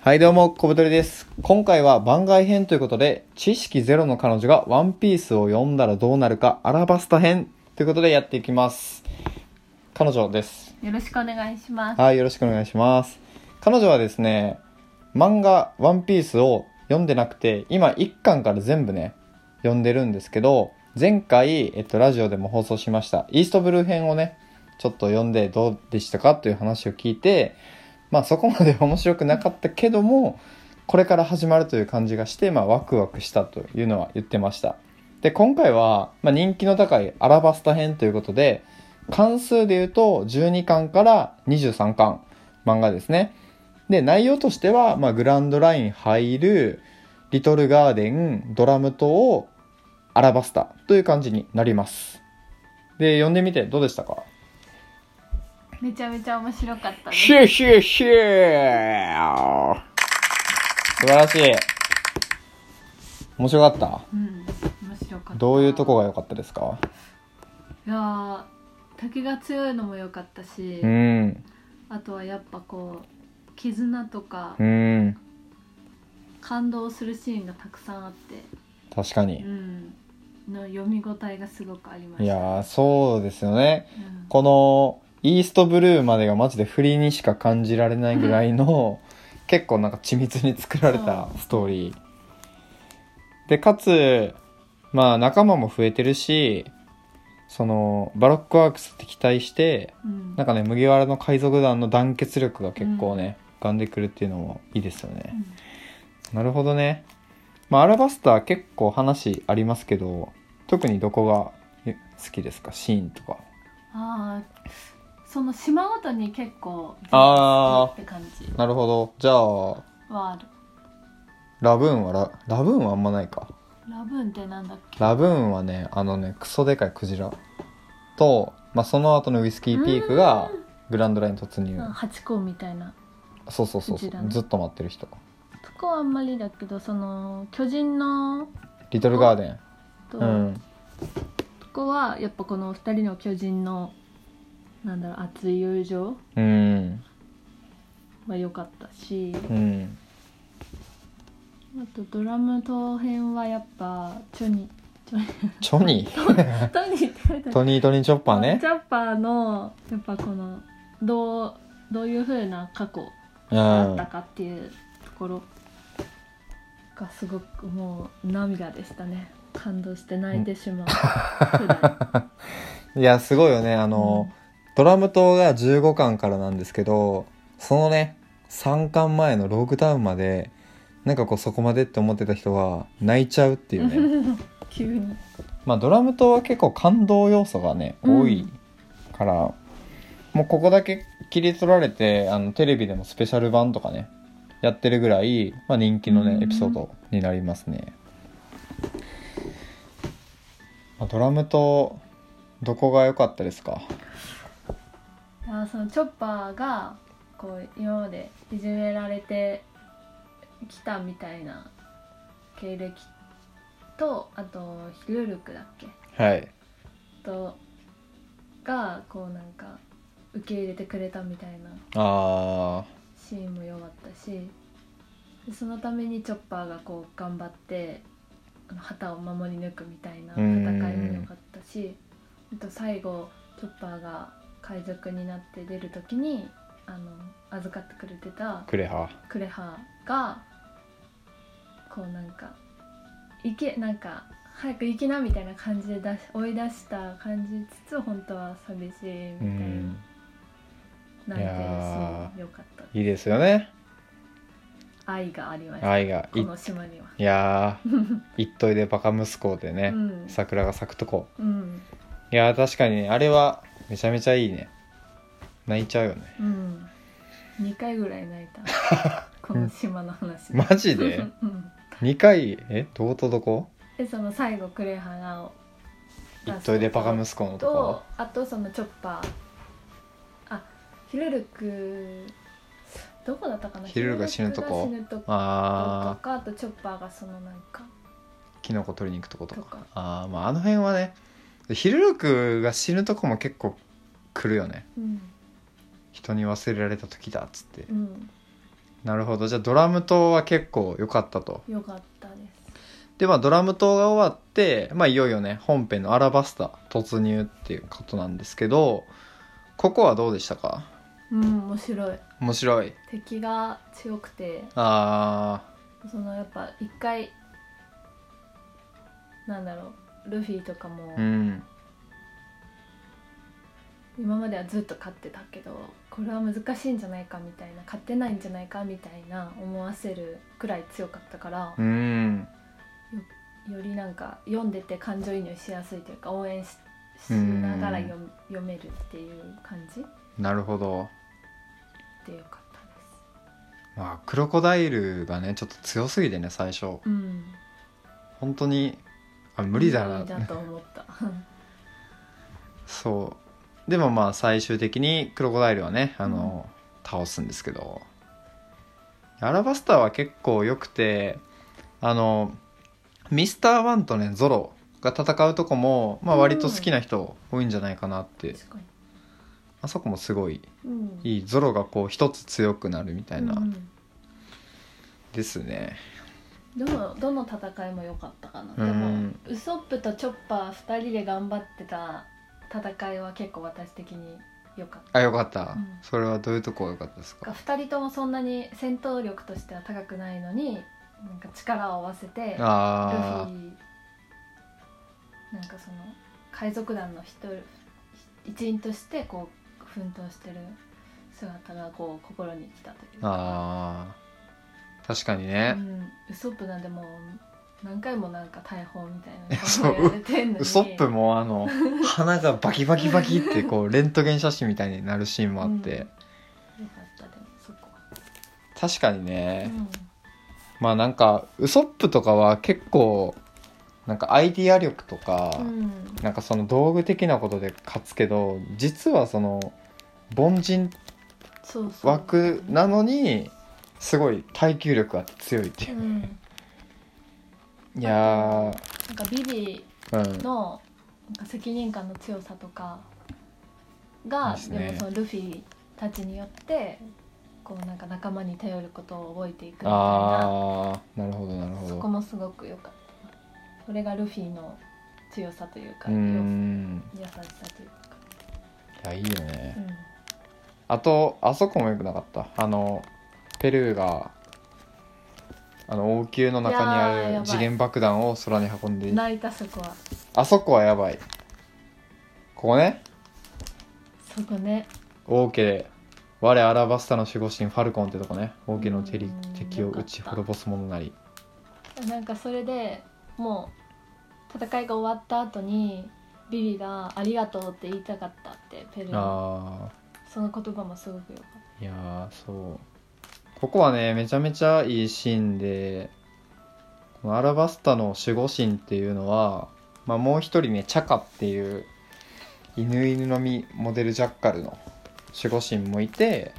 はいどうも、小太りです。今回は番外編ということで、知識ゼロの彼女がワンピースを読んだらどうなるか、アラバスタ編ということでやっていきます。彼女です。よろしくお願いします。はい、よろしくお願いします。彼女はですね、漫画ワンピースを読んでなくて、今1巻から全部ね、読んでるんですけど、前回、えっと、ラジオでも放送しました、イーストブルー編をね、ちょっと読んでどうでしたかという話を聞いて、まあそこまで 面白くなかったけども、これから始まるという感じがして、まあワクワクしたというのは言ってました。で、今回は、まあ、人気の高いアラバスタ編ということで、関数で言うと12巻から23巻漫画ですねで内容としては、まあ、グランドライン入るリトルガーデンドラム島をアラバスタという感じになりますで読んでみてどうでしたかめちゃめちゃ面白かったです。シューシューシュー素晴らしい面白かったうん、面白かった。どういうとこが良かったですかいやー、竹が強いのも良かったし、うんあとはやっぱこう絆とかうん感動するシーンがたくさんあって、確かにうん、の読み応えがすごくありました。いやーそうですよねうん、このイーストブルーまでがマジで振りにしか感じられないぐらいの結構なんか緻密に作られたストーリーでかつまあ仲間も増えてるしそのバロックワークスと敵対してうん、なんかね麦わらの海賊団の団結力が結構ね、浮かんでくるっていうのもいいですよね、うんなるほどね。まあ、アラバスター結構話ありますけど、特にどこがえ好きですかシーンとか。あーその島ごとに結構あーって感じなるほど。じゃあ、はある。ラブーンはラ、ラブーンはあんまないか。ラブーンってなんだっけ？ラブーンはね、あのね、クソでかいクジラと、まあ、その後のウイスキーピークがグランドライン突入。うんハチ公みたいな。そうそうそうそクジラねう。ずっと待ってる人。そこはあんまりだけどその巨人のリトルガーデン。と、うん。そこはやっぱこの二人の巨人のなんだろう熱い友情うん。は良かったしうん。あとドラム当編はやっぱチ ョニチョニチョニー。トニーって書いてあるトニートニーチョッパーチね。ャッパーのやっぱこのどうどういうふうな過去うだっんた。かっていうところがすごくもう涙でしたね感動して泣いてし まうくらいや、すごいよね。あいの、ドラム島が15巻からなんですけどそのね3巻前のローグタウンまでなんかこうそこまでって思ってた人は泣いちゃうっていうね 急にまあドラム島は結構感動要素がね多いから、もうここだけ切り取られてあのテレビでもスペシャル版とかねやってるぐらい、まあ、人気のねうんエピソードになりますね、まあ、ドラム島どこが良かったですかあーそのチョッパーがこう今までいじめられてきたみたいな経歴とあとヒルルクだっけはいとがこうなんか受け入れてくれたみたいなあーシーンも良かったしでそのためにチョッパーがこう頑張ってあの旗を守り抜くみたいな戦いも良かったしあと最後チョッパーが海賊になって出る時にあの預かってくれてたクレハクレハがこうなんか「行け」なんか「早く行きな」みたいな感じで出し追い出した感じつつ本当は寂しいみたういな。んなんていういシやーーン良かったいいですよね愛がありました愛がいこいの島には。や ー一っといでバカ息子でうね、ん、桜が咲くとこうん、いやー確かにねあれはめちゃめちゃいいね泣いちゃうよね うん、2回ぐらい泣いた この島の話マジ でうん2回えどことどこでその最後クレハナを一っといでバカ息子のとことあとそのチョッパーあヒルルクどこだったかなヒルルクが死ぬとこヒルルクが死ぬとことあかあとチョッパーがそのなんーかキノコ取りに行くとこととかか、あーまああの辺はねヒルルクが死ぬとこも結構来るよねうん人に忘れられた時だっつってうん、なるほどじゃあドラム島は結構良かったと良かったですでまあドラム島が終わって、まあ、いよいよね本編の「アラバスタ」突入っていうことなんですけどここはどうでしたかうん面白い面白い敵が強くてあそのやっぱ一回なんだろうルフィとかも、ーうん今まではずっと勝ってたけどこれは難しいんじゃないかみたいな勝てないんじゃないかみたいな思わせるくらい強かったから、うんよりなんか読んでて感情移入しやすいというか応援ししながら読む読めるっていう感じなるほどでよかったです。まあクロコダイルがねちょっと強すぎてね最初うん、本当にあ無理だな無理だと 思った。そうでもまあ最終的にクロコダイルはねあの、倒すんですけどアラバスターは結構良くてあのミスター・ワンとねゾロが戦うとこも、まあ、うん割と好きな人多いんじゃないかなって、確かに。あそこもすごいうん、みいいゾロがこう一つ強くなるみたいな、うんですねどのどの戦いも良かったかな、うんでもウソップとチョッパー2人で頑張ってた戦いは結構私的に良かっあよかった、うんそれはどういうとこが良かったですたか2人ともそんなに戦闘力としては高くないのになんか力を合わせてルフィあなんかその海賊団の一人一員としてこう奮闘してる姿がこう心に来たといーうあー確かにね、うん、ウソップなんでもう何回もなんか逮捕みたいなのそうやられてんのにウソップもあ の鼻がバキバキバキってこうレントゲン写真みたいになるシーンもあって、うんよかったでもそこは、確かにうね、ん、まあなんかウソップとかは結構なんかアイディア力とか、うんなんかその道具的なことで勝つけど実はその凡人そうそう枠なのにすごい耐久力があって強いっていうう、ん、いやなんかビビーうんのなんか責任感の強さとかがですで,、ねもそのルフィたちによってこうなんか仲間に頼ることを覚えていくみたいなああなるほどなるほそどこもすごく良かったそれがルフィの強さというかうーん要素優しさというか、いやいいよねうん、あとあそこもよくなかったあのペルーがあの王宮の中にいやーやあばるい次元爆弾を空に運んで泣いたそこはあそこはやばいここねそこね王家我アラバスタの守護神ファルコンってとこね王家の手うりん敵を打ちよかった滅ぼす者なりなんかそれでもう戦いが終わった後にビビが「ありがとう」って言いたかったってペルーのあその言葉もすごくよかっーいやーそうここはねめちゃめちゃいいシーンでこのアラバスタの守護神っていうのは、まあ、もう一人ねチャカっていう犬犬のみモデルジャッカルの守護神もいて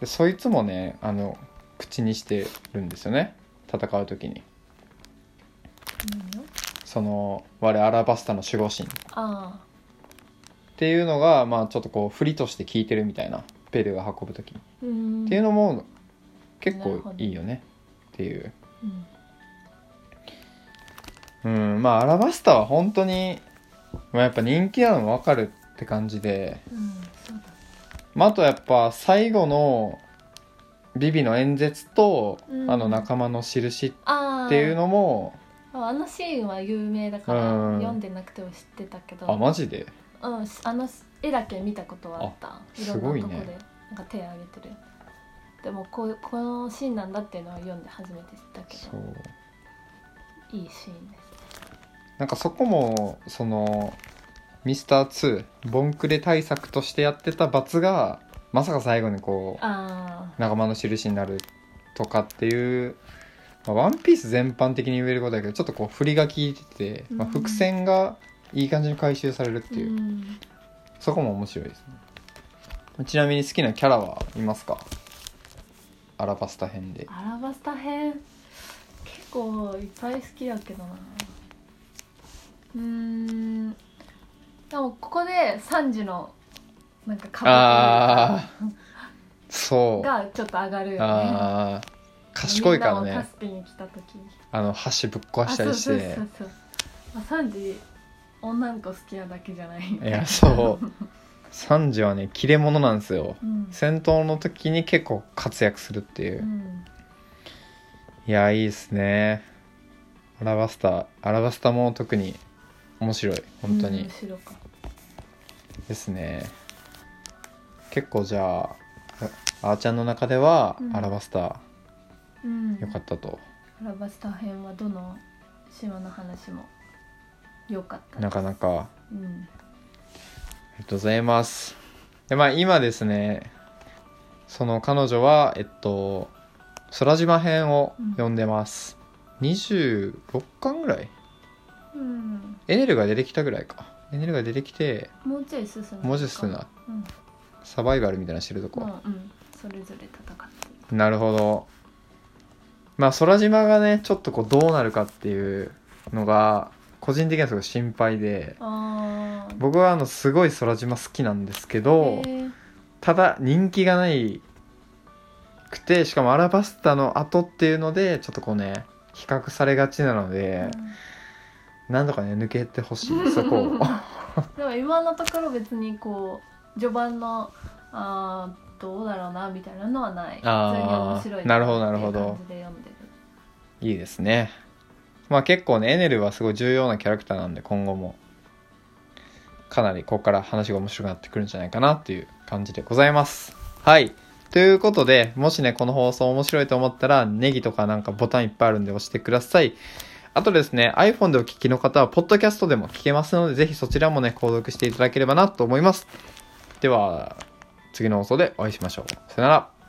でそいつもねあの口にしてるんですよね戦う時にた、うん、その我アラバスタの守護神っあていうのが、まあ、ちょっとこう振りとして聞いてるみたいなペルーが運ぶ時に、あうんっていうの、のも結なる構ほどいいよねっていううんうんまあアラバスタは本当にまあやっぱ人気なのも分かるって感じで、うん、そうだまあ、あとやっぱ最後のビビの演説と、うんあの仲間の印っああていうのもあのシーンは有名だから、うん読んでなくても知ってたけどあマジでうん、あの絵だけ見たことはあったいろすごいんねなとこでなんか手挙げてるでもこうこのシーンなんだっていうのは読んで初めて知ったけそどういいシーンですなんかそこもそのミスター2ボンクレ対策としてやってた罰がまさか最後にこうあ仲間の印になるとかっていう、まあ、ワンピース全般的に言えることだけどちょっとこう振りが効いてて、まあ、うん伏線がいい感じに回収されるってーいう、うんそこも面白いですねちなみに好きなキャラはいますかアラバスタ編でアラバスタ編結構いっぱい好きだけどなうーんでもここでサンジのなんかかぶあそうがちょっと上がるよねあー賢いからみんなをね助けに来た時にあの箸ぶっ壊したりしてあそうそうそうそうまあサンジ女の子好きなだけじゃないいやそうサンジはね切れ者なんですようん、戦闘の時に結構活躍するっていうう、ん、いやいいですねアラバスタアラバスタも特に面白い本当に、面白かったですね結構じゃあああーちゃんの中ではうんアラバスタうん良かったと、アラバスタ編はどの島の話も良かったですなかなかうあんりがとうございます。で、まあ今ですね、その彼女は、えっと、空島編を読んでます。26巻ぐらいうん、エネルが出てきたぐらいか。エネルが出てきて、もうちょい進む文字数な、うんサバイバルみたいなのしてるとこ。まあうん、それぞれ戦ってるなるほど。まあ空島がね、ちょっとこうどうなるかっていうのが、個人的にはすごい心配で、ああ僕はあの、すごい空島好きなんですけど、へーただ人気がないくてしかもアラバスタの後っていうのでちょっとこうね比較されがちなので、なんとかね抜けてほしいそこをうんでも今のところ別にこう序盤のあーどうだろうなみたいなのはないあー普通に面白いなるほどなるほどっていう感じで読んでるいいですねまあ結構ねエネルはすごい重要なキャラクターなんで今後もかなりここから話が面白くなってくるんじゃないかなっていう感じでございますはいということでもしねこの放送面白いと思ったらネギとかなんかボタンいっぱいあるんで押してくださいあとですね、iPhone でお聞きの方は、ポッドキャストでも聞けますので、ぜひそちらもね、購読していただければなと思います。では、次の放送でお会いしましょう。さよなら。